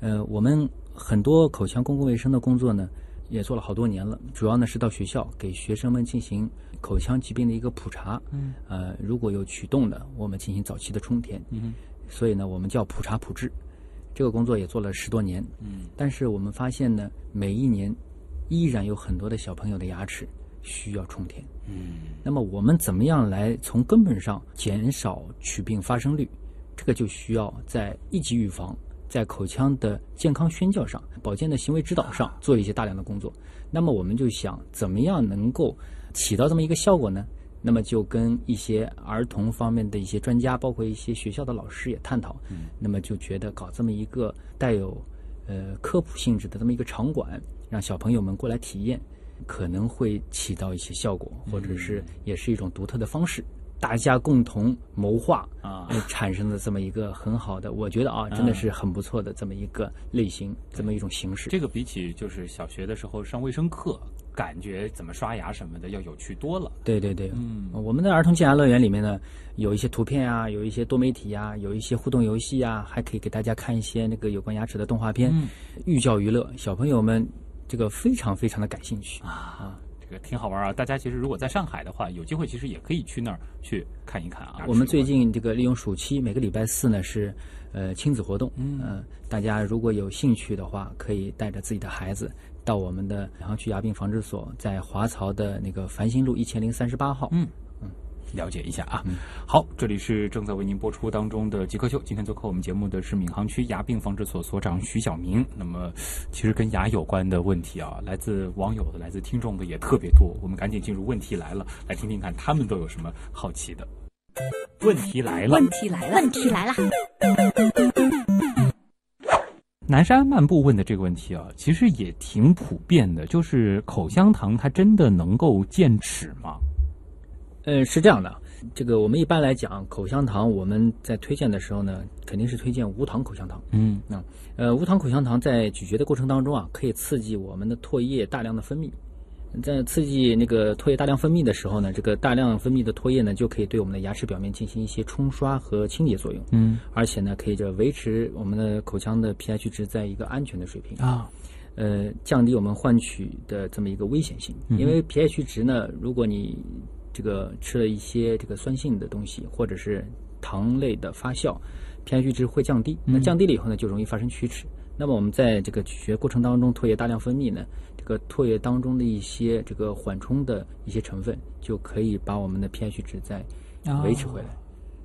呃，我们很多口腔公共卫生的工作呢，也做了好多年了，主要呢是到学校给学生们进行口腔疾病的一个普查，嗯，呃，如果有龋洞的，我们进行早期的充填，嗯，所以呢，我们叫普查普治，这个工作也做了十多年，嗯，但是我们发现呢，每一年依然有很多的小朋友的牙齿需要充填。
嗯
那么我们怎么样来从根本上减少龋病发生率？这个就需要在一级预防、在口腔的健康宣教上、保健的行为指导上做一些大量的工作。那么我们就想，怎么样能够起到这么一个效果呢？那么就跟一些儿童方面的一些专家，包括一些学校的老师也探讨。那么就觉得搞这么一个带有呃科普性质的这么一个场馆，让小朋友们过来体验，可能会起到一些效果，或者是也是一种独特的方式，大家共同谋划
啊
呃产生的这么一个很好的，我觉得啊，真的是很不错的这么一个类型，这么一种形式。
这个比起就是小学的时候上卫生课，感觉怎么刷牙什么的要有趣多了。
对对对，
嗯
我们的儿童健牙乐园里面呢，有一些图片啊，有一些多媒体啊，有一些互动游戏啊，还可以给大家看一些那个有关牙齿的嗯动画片，寓教于乐，小朋友们这个非常非常的感兴趣。
啊，这个挺好玩啊！大家其实如果在上海的话，有机会其实也可以去那儿去看一看啊。
我们最近这个利用暑期，每个礼拜四呢是呃亲子活动，
嗯
呃，大家如果有兴趣的话，可以带着自己的孩子到我们的闵行区牙病防治所，在华漕的那个繁星路一千零三十八号，
嗯了解一下啊。
嗯
好，这里是正在为您播出当中的《极客秀》。今天做客我们节目的是闵行区牙病防治所所长徐晓明。那么，其实跟牙有关的问题啊，来自网友的、来自听众的也特别多。我们赶紧进入问题来了，来听听看他们都有什么好奇的。问题来了，
问题来了，问题来了，
南山漫步问的这个问题啊，其实也挺普遍的，就是口香糖它真的能够健齿吗？
呃，是这样的，这个我们一般来讲，口香糖我们在推荐的时候呢，肯定是推荐无糖口香糖。
嗯
呃，无糖口香糖在咀嚼的过程当中啊，可以刺激我们的唾液大量的分泌。在刺激那个唾液大量分泌的时候呢，这个大量分泌的唾液呢，就可以对我们的牙齿表面进行一些冲刷和清洁作用，
嗯
而且呢，可以这维持我们的口腔的 pH 值在一个安全的水平。
啊，
呃，降低我们换取的这么一个危险性。因为 pH 值呢，如果你这个吃了一些这个酸性的东西，或者是糖类的发酵，pH 值会降低。那降低了以后呢，就容易发生龋齿。那么我们在这个咀嚼过程当中，唾液大量分泌呢，这个唾液当中的一些这个缓冲的一些成分，就可以把我们的 pH 值再维持回来。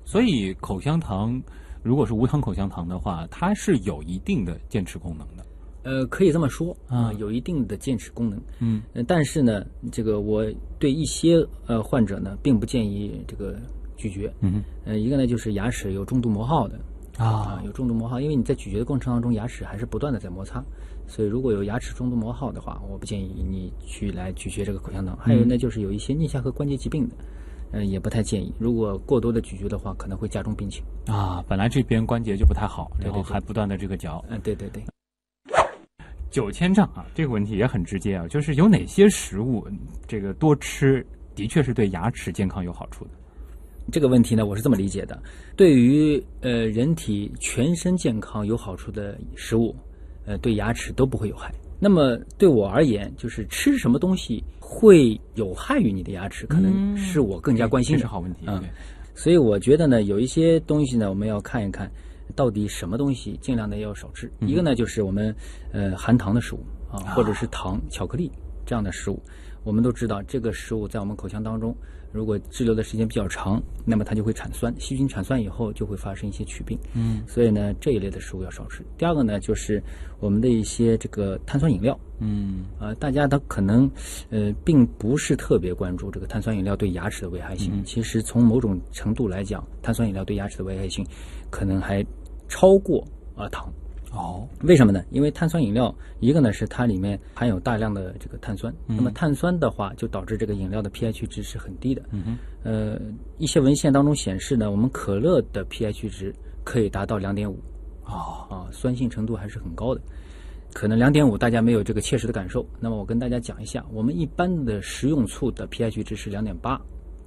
所以口香糖如果是无糖口香糖的话，它是有一定的健齿功能的。
呃，可以这么说
啊
啊、有一定的健齿功能。
嗯
呃，但是呢，这个我对一些呃患者呢，并不建议这个咀嚼。
嗯
呃，一个呢就是牙齿有重度磨耗的啊、
啊，
有重度磨耗，因为你在咀嚼的过程当中，牙齿还是不断的在摩擦，所以如果有牙齿重度磨耗的话，我不建议你去来咀嚼这个口香
嗯
糖。还有呢，就是有一些颞下颌关节疾病的，嗯、也不太建议。如果过多的咀嚼的话，可能会加重病情。
啊，本来这边关节就不太好，
对
然后
对对
还不断的这个嚼。
嗯、对对对。
九千丈啊，这个问题也很直接啊，就是有哪些食物嗯这个多吃的确是对牙齿健康有好处的？
这个问题呢，我是这么理解的：对于呃人体全身健康有好处的食物，呃，对牙齿都不会有害。那么对我而言，就是吃什么东西会有害于你的牙齿，可能
嗯
是我更加关心
这是
的。
好问题。
嗯
对
所以我觉得呢，有一些东西呢，我们要看一看，到底什么东西尽量的要少吃。一个呢，就是我们呃含糖的食物啊，或者是糖、巧克力这样的食物。我们都知道，这个食物在我们口腔当中，如果滞留的时间比较长，那么它就会产酸，细菌产酸以后就会发生一些龋病。
嗯，
所以呢，这一类的食物要少吃。第二个呢，就是我们的一些这个碳酸饮料。
嗯
呃，大家他可能呃，并不是特别关注这个碳酸饮料对牙齿的危害性。其实从某种程度来讲，碳酸饮料对牙齿的危害性可能还超过啊、呃糖。
哦
为什么呢？因为碳酸饮料，一个呢是它里面含有大量的这个碳酸，那么碳酸的话就导致这个饮料的 pH 值是很低的。
嗯哼
呃，一些文献当中显示呢，我们可乐的 pH 值可以达到两点五，
哦
啊，酸性程度还是很高的。可能两点五大家没有这个切实的感受，那么我跟大家讲一下，我们一般的食用醋的 pH 值是两点八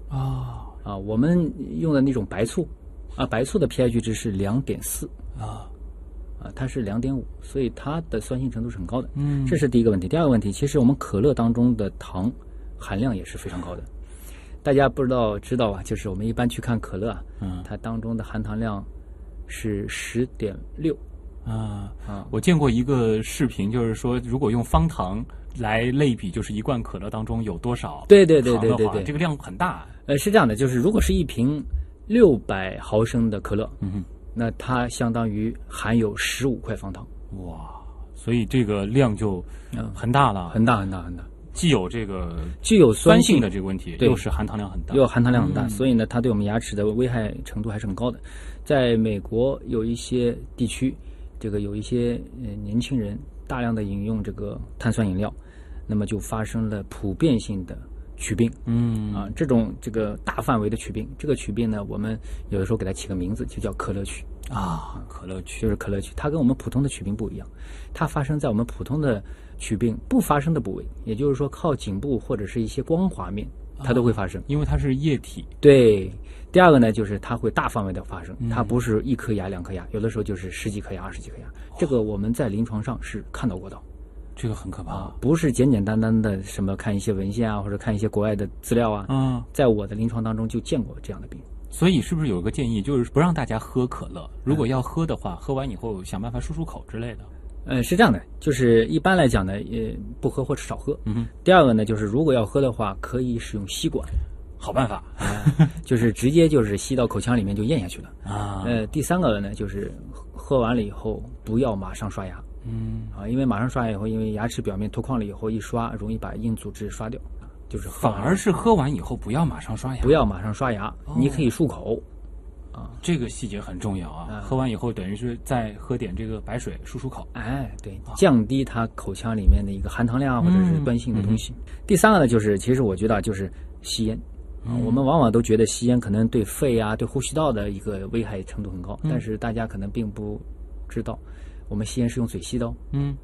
啊
啊，我们用的那种白醋啊，白醋的 pH 值是两点四
啊
啊，它是两点五，所以它的酸性程度是很高的。
嗯
这是第一个问题。第二个问题，其实我们可乐当中的糖含量也是非常高的。大家不知道知道吧？就是我们一般去看可乐啊，
嗯
它当中的含糖量是十点六
啊。
啊，
我见过一个视频，就是说，如果用方糖来类比，就是一罐可乐当中有多少
对对对
糖的
对对
话
对
这个量很大。
呃，是这样的，就是如果是一瓶六百毫升的可乐，
嗯
那它相当于含有十五块方糖，
哼，哇，所以这个量就
嗯
很大了，
很大很大很大，
既有这个
具有
酸
酸
性
性嗯
的这个问题，
对
又是含糖量很大。
又含糖量很大，所以呢，它对我们牙齿的危害程度还是很高的。在美国有一些地区，这个有一些呃年轻人大量的饮用这个碳酸饮料，那么就发生了普遍性的龋病。
嗯
啊，这种这个大范围的龋病，这个龋病呢，我们有的时候给它起个名字，就叫可乐龋。
啊，可乐曲
就是可乐龋，它跟我们普通的龋病不一样，它发生在我们普通的龋病不发生的部位，也就是说靠颈部或者是一些光滑面，它都会发生。
因为它是液体
对，第二个呢，就是它会大范围的发生，它不是一颗牙、两颗牙，有的时候就是十几颗牙、二十几颗牙，这个我们在临床上是看到过的。
这个很可怕。
不是简简单单的什么看一些文献啊，或者看一些国外的资料啊。
嗯，
在我的临床当中就见过这样的病。
所以是不是有一个建议，就是不让大家喝可乐？如果要喝的话，喝完以后想办法漱漱口之类的。
呃，是这样的，就是一般来讲呢，呃，不喝或者少喝。
嗯哼，
第二个呢，就是如果要喝的话，可以使用吸管，
好办法
就是直接就是吸到口腔里面就咽下去了。
啊
呃，第三个呢，就是喝喝完了以后不要马上刷牙
嗯，
啊，因为马上刷牙以后，因为牙齿表面脱矿了以后，一刷容易把硬组织刷掉，就是喝
反
完了
而哦是喝完以后不要马上刷牙，
不要马上刷牙，你可以漱口，
这个细节很重要啊。
嗯
喝完以后等于是再喝点这个白水漱漱口。
哎，对，降低它口腔里面的一个含糖量啊，或者是
嗯嗯
酸性的东西。第三个呢，就是其实我觉得啊就是吸烟。啊，我们往往都觉得吸烟可能对肺啊、对呼吸道的一个危害程度很高，
嗯
但是大家可能并不知道，我们吸烟是用嘴吸的哦，
嗯，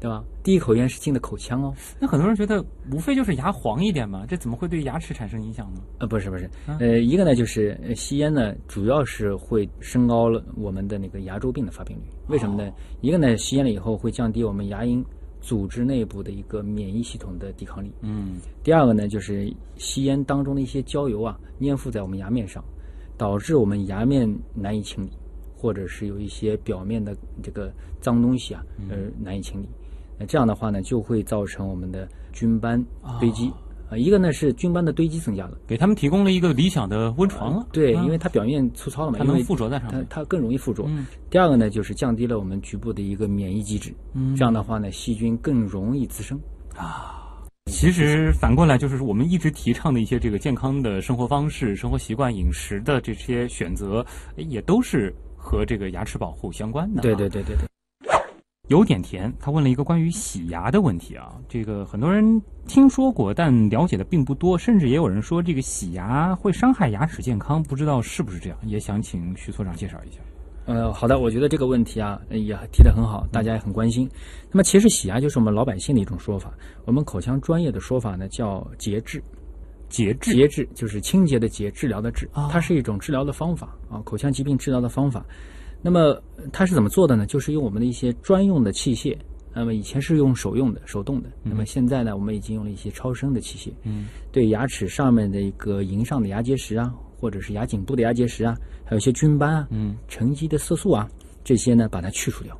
对吧？第一口烟是进的口腔哦，
那很多人觉得无非就是牙黄一点嘛，这怎么会对牙齿产生影响呢？
呃，不是不是
啊，
呃，一个呢就是呃吸烟呢，主要是会升高了我们的那个牙周病的发病率。为什么
哦
呢？一个呢，吸烟了以后会降低我们牙龈组织内部的一个免疫系统的抵抗力。
嗯，
第二个呢，就是吸烟当中的一些焦油啊，粘附在我们牙面上，导致我们牙面难以清理，或者是有一些表面的这个脏东西啊，
嗯
呃，难以清理。那这样的话呢，就会造成我们的菌斑堆积。啊，一个呢是菌斑的堆积增加了，
给他们提供了一个理想的温床了。
呃对，
嗯
因为它表面粗糙了嘛，
它
因为
能附着在上
它
面。
它更容易附着。
嗯
第二个呢，就是降低了我们局部的一个免疫机制，
嗯
这样的话呢，细菌更容易滋生。
啊其实反过来就是我们一直提倡的一些这个健康的生活方式、生活习惯、饮食的这些选择，诶也都是和这个牙齿保护相关的、啊
对对。对对对，
有点甜，他问了一个关于洗牙的问题啊，这个很多人听说过，但了解的并不多，甚至也有人说这个洗牙会伤害牙齿健康，不知道是不是这样，也想请徐所长介绍一下。
呃，好的，我觉得这个问题啊呃也提得很好，大家也很关心。那么其实洗牙就是我们老百姓的一种说法，我们口腔专业的说法呢叫节制，
节制，
节制就是清洁的洁，治疗的治
啊，
它是一种治疗的方法啊，口腔疾病治疗的方法。那么呃它是怎么做的呢？就是用我们的一些专用的器械。那么以前是用手用的、手动的，那么现在呢，我们已经用了一些超声的器械，
嗯，
对牙齿上面的一个龈上的牙结石啊，或者是牙颈部的牙结石啊，还有一些菌斑啊，
嗯，
沉积的色素啊，这些呢把它去除掉。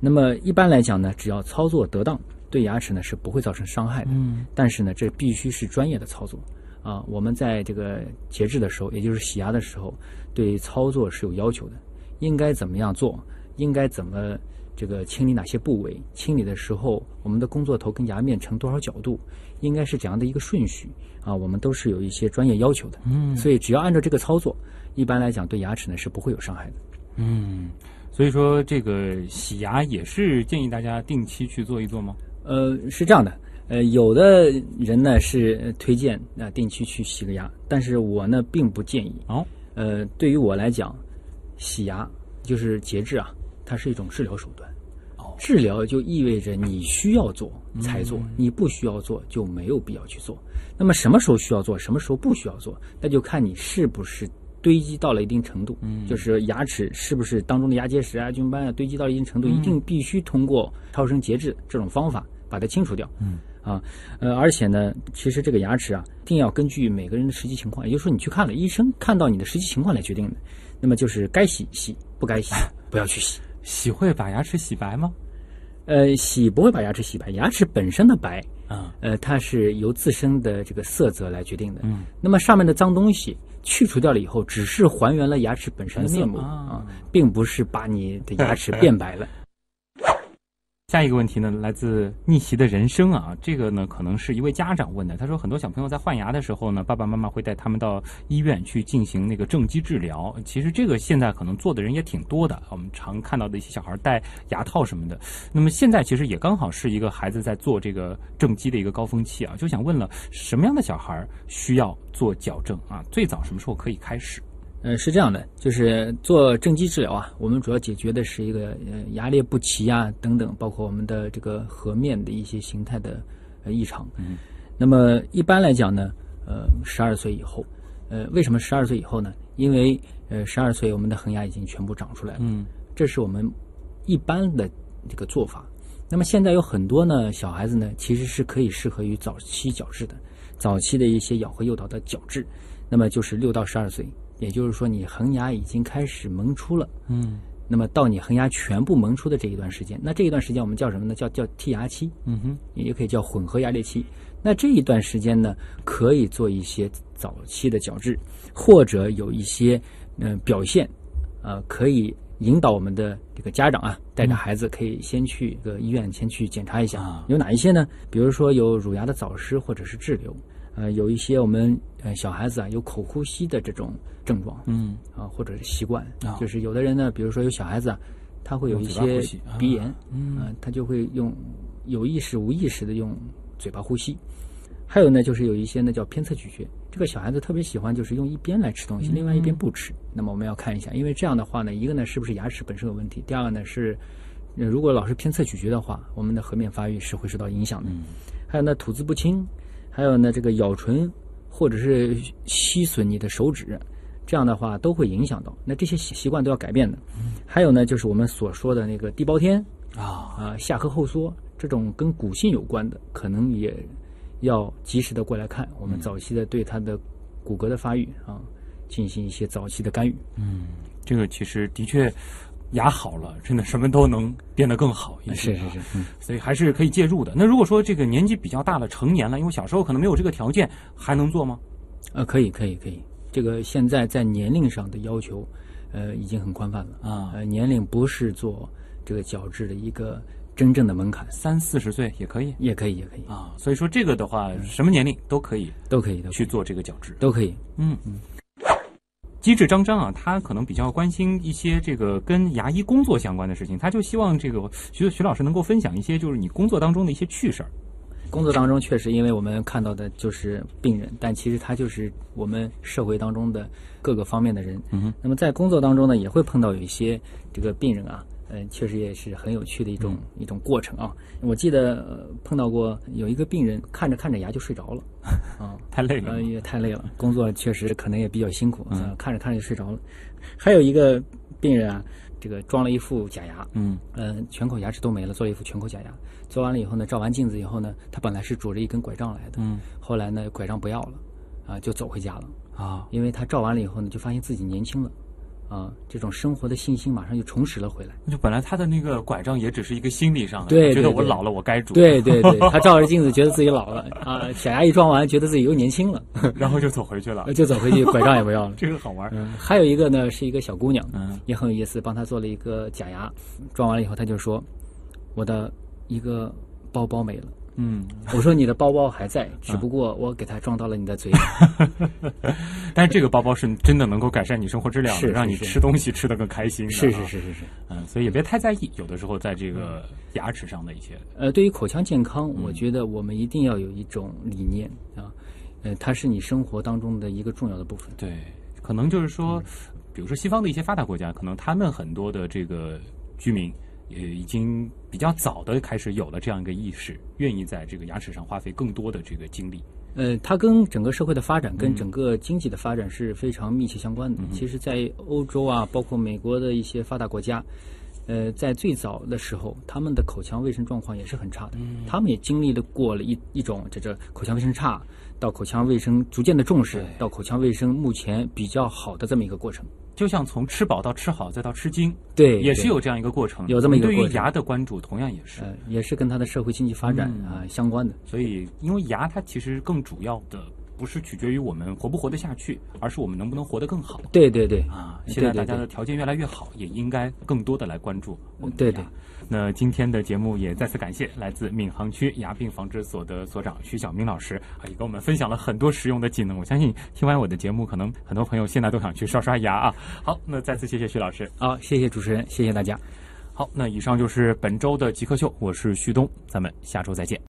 那么一般来讲呢，只要操作得当，对牙齿呢是不会造成伤害的。
嗯，
但是呢，这必须是专业的操作啊。我们在这个节制的时候，也就是洗牙的时候，对操作是有要求的，应该怎么样做，应该怎么这个清理哪些部位，清理的时候我们的工作头跟牙面呈多少角度，应该是怎样的一个顺序啊，我们都是有一些专业要求的。嗯，所以只要按照这个操作，一般来讲对牙齿呢是不会有伤害的。
嗯，所以说这个洗牙也是建议大家定期去做一做吗？
呃，是这样的，呃，有的人呢是呃推荐啊、定期去洗个牙，但是我呢并不建议。
哦，
呃，对于我来讲，洗牙就是节制啊，它是一种治疗手段。
哦嗯
治疗就意味着你需要做才做，你不需要做就没有必要去做。那么什么时候需要做，什么时候不需要做，那就看你是不是堆积到了一定程度，就是牙齿是不是当中的牙结石啊、菌斑啊堆积到了一定程度，一定必须通过超声节制这种方法把它清除掉。嗯。啊，呃，而且呢，其实这个牙齿啊，一定要根据每个人的实际情况，也就是说，你去看了医生，看到你的实际情况来决定的。那么就是该洗洗，不该洗不要去洗。
洗会把牙齿洗白吗？
呃，洗不会把牙齿洗白，牙齿本身的白，
啊、
呃，它是由自身的这个色泽来决定的。
嗯，
那么上面的脏东西去除掉了以后，只是还原了牙齿本身的面目
啊
啊，并不是把你的牙齿变白了。
下一个问题呢，来自逆袭的人生啊，这个呢可能是一位家长问的。他说，很多小朋友在换牙的时候呢，爸爸妈妈会带他们到医院去进行那个正畸治疗。其实这个现在可能做的人也挺多的，我们常看到的一些小孩戴牙套什么的。那么现在其实也刚好是一个孩子在做这个正畸的一个高峰期啊，就想问了，什么样的小孩需要做矫正啊？最早什么时候可以开始？
呃，是这样的，就是做正畸治疗啊，我们主要解决的是一个呃牙列不齐啊等等，包括我们的这个颌面的一些形态的呃异常。
嗯，
那么一般来讲呢，呃，十二岁以后，呃，为什么十二岁以后呢？因为呃，十二岁我们的恒牙已经全部长出来了，
嗯
这是我们一般的这个做法。那么现在有很多呢小孩子呢，其实是可以适合于早期矫治的，早期的一些咬合诱导的矫治，那么就是六到十二岁，也就是说你恒牙已经开始萌出了，
嗯
那么到你恒牙全部萌出的这一段时间，那这一段时间我们叫什么呢？叫叫剔牙期，
嗯哼，
也可以叫混合牙列期。那这一段时间呢，可以做一些早期的矫治，或者有一些嗯、呃表现，呃，可以引导我们的这个家长啊，带着孩子可以先去个医院先去检查一下，
啊
有哪一些呢？比如说有乳牙的早失或者是滞留，呃，有一些我们呃小孩子啊有口呼吸的这种症状，
嗯
啊，或者是习惯，
啊
就是有的人呢，比如说有小孩子啊，他会有
用
一
嘴巴
些
呼吸啊
鼻炎，
嗯
啊他就会用有意识、无意识的用嘴巴呼吸。还有呢，就是有一些呢叫偏侧咀嚼，这个小孩子特别喜欢就是用一边来吃东西，另外一
嗯
边不吃。那么我们要看一下，因为这样的话呢，一个呢是不是牙齿本身有问题，第二个呢是，呃如果老是偏侧咀嚼的话，我们的颌面发育是会受到影响的。
嗯
还有呢吐字不清，还有呢这个咬唇或者是吸吮你的手指，这样的话都会影响到。那这些习习惯都要改变的。还有呢，就是我们所说的那个地包天
啊，
啊、下颌后缩这种跟骨性有关的，可能也要及时的过来看，我们早期的对它的骨骼的发育啊进行一些早期的干预。
这个其实的确。牙好了，真的什么都能变得更好一些、
是是是，嗯
所以还是可以介入的。那如果说这个年纪比较大了，成年了，因为小时候可能没有这个条件，还能做吗？
呃，可以可以可以，这个现在在年龄上的要求，呃，已经很宽泛了。
啊，
呃，年龄不是做这个矫治的一个真正的门槛，
三四十岁也可以
也可以，也可以，
啊。所以说这个的话，什么年龄都可以
都可以，都可以
去做这个矫治。
都可以。
嗯嗯。机智张张啊，他可能比较关心一些这个跟牙医工作相关的事情，他就希望这个徐徐老师能够分享一些就是你工作当中的一些趣事儿。
工作当中确实，因为我们看到的就是病人，但其实他就是我们社会当中的各个方面的人。
嗯哼
那么在工作当中呢，也会碰到有一些这个病人啊，嗯、确实也是很有趣的一种、
嗯
一种过程啊。我记得、呃碰到过有一个病人，看着看着牙就睡着了，啊，
太累了
呃，，也太累了，工作确实可能也比较辛
嗯
苦，呃看着看着就睡着了。还有一个病人啊，这个装了一副假牙，
嗯
嗯、全口牙齿都没了，做了一副全口假牙。做完了以后呢，照完镜子以后呢，他本来是拄着一根拐杖来的，
嗯
后来呢，拐杖不要了，啊、就走回家了。
啊
因为他照完了以后呢，就发现自己年轻了，啊、这种生活的信心马上就重拾了回来。
那就本来他的那个拐杖也只是一个心理上的，
对
觉得
对
我
对
老了，我该拄，
对对对，他照着镜子觉得自己老了啊，假牙一装完，觉得自己又年轻了， 呃
然后就走回去了，
就走回去，拐杖也不要了。
这个好玩儿。
嗯，还有一个呢，是一个小姑娘，
嗯
也很有意思，帮她做了一个假牙，装完了以后，她就说：“我的一个包包没了。”
嗯，
我说你的包包还在，只不过我给它装到了你的 嘴里。
但是这个包包是真的能够改善你生活质量的，
是是
让你
是
吃东西吃得更开心的啊。
是嗯是是。
嗯，所以也别太在意，有的时候在这个牙齿上的一些，
呃，对于口腔健康，我觉得我们一定要有一种理念啊，呃，它是你生活当中的一个重要的部分。
对，可能就是说，
嗯
比如说西方的一些发达国家，可能他们很多的这个居民也已经比较早的开始有了这样一个意识，愿意在这个牙齿上花费更多的这个精力。
呃，它跟整个社会的发展、
嗯
跟整个经济的发展是非常密切相关的。其实，在欧洲啊，包括美国的一些发达国家，呃，在最早的时候，他们的口腔卫生状况也是很差的。
嗯
他们也经历了过了一一种这这口腔卫生差，到口腔卫生逐渐的重视
对，
到口腔卫生目前比较好的这么一个过程。
就像从吃饱到吃好，再到吃精，
对，
也是
对
有这样一个过程。
有这么一个
我们
过
对于
程
牙的关注，同样也是。
呃，也是跟它的社会经济发展
嗯
啊、相关的。
所以，因为牙它其实更主要的不是取决于我们活不活得下去，而是我们能不能活得更好。
对对对，
啊，
对
现在
对
大家
对
的条件越来越好，也应该更多的来关注我们的
对
牙
对。
那今天的节目也再次感谢来自闵行区牙病防治所的所长徐晓明老师啊，也给我们分享了很多实用的技能。我相信听完我的节目，可能很多朋友现在都想去刷刷牙啊。好，那再次谢谢徐老师。
好、谢谢主持人，谢谢大家。
好，那以上就是本周的极客秀，我是旭东，咱们下周再见。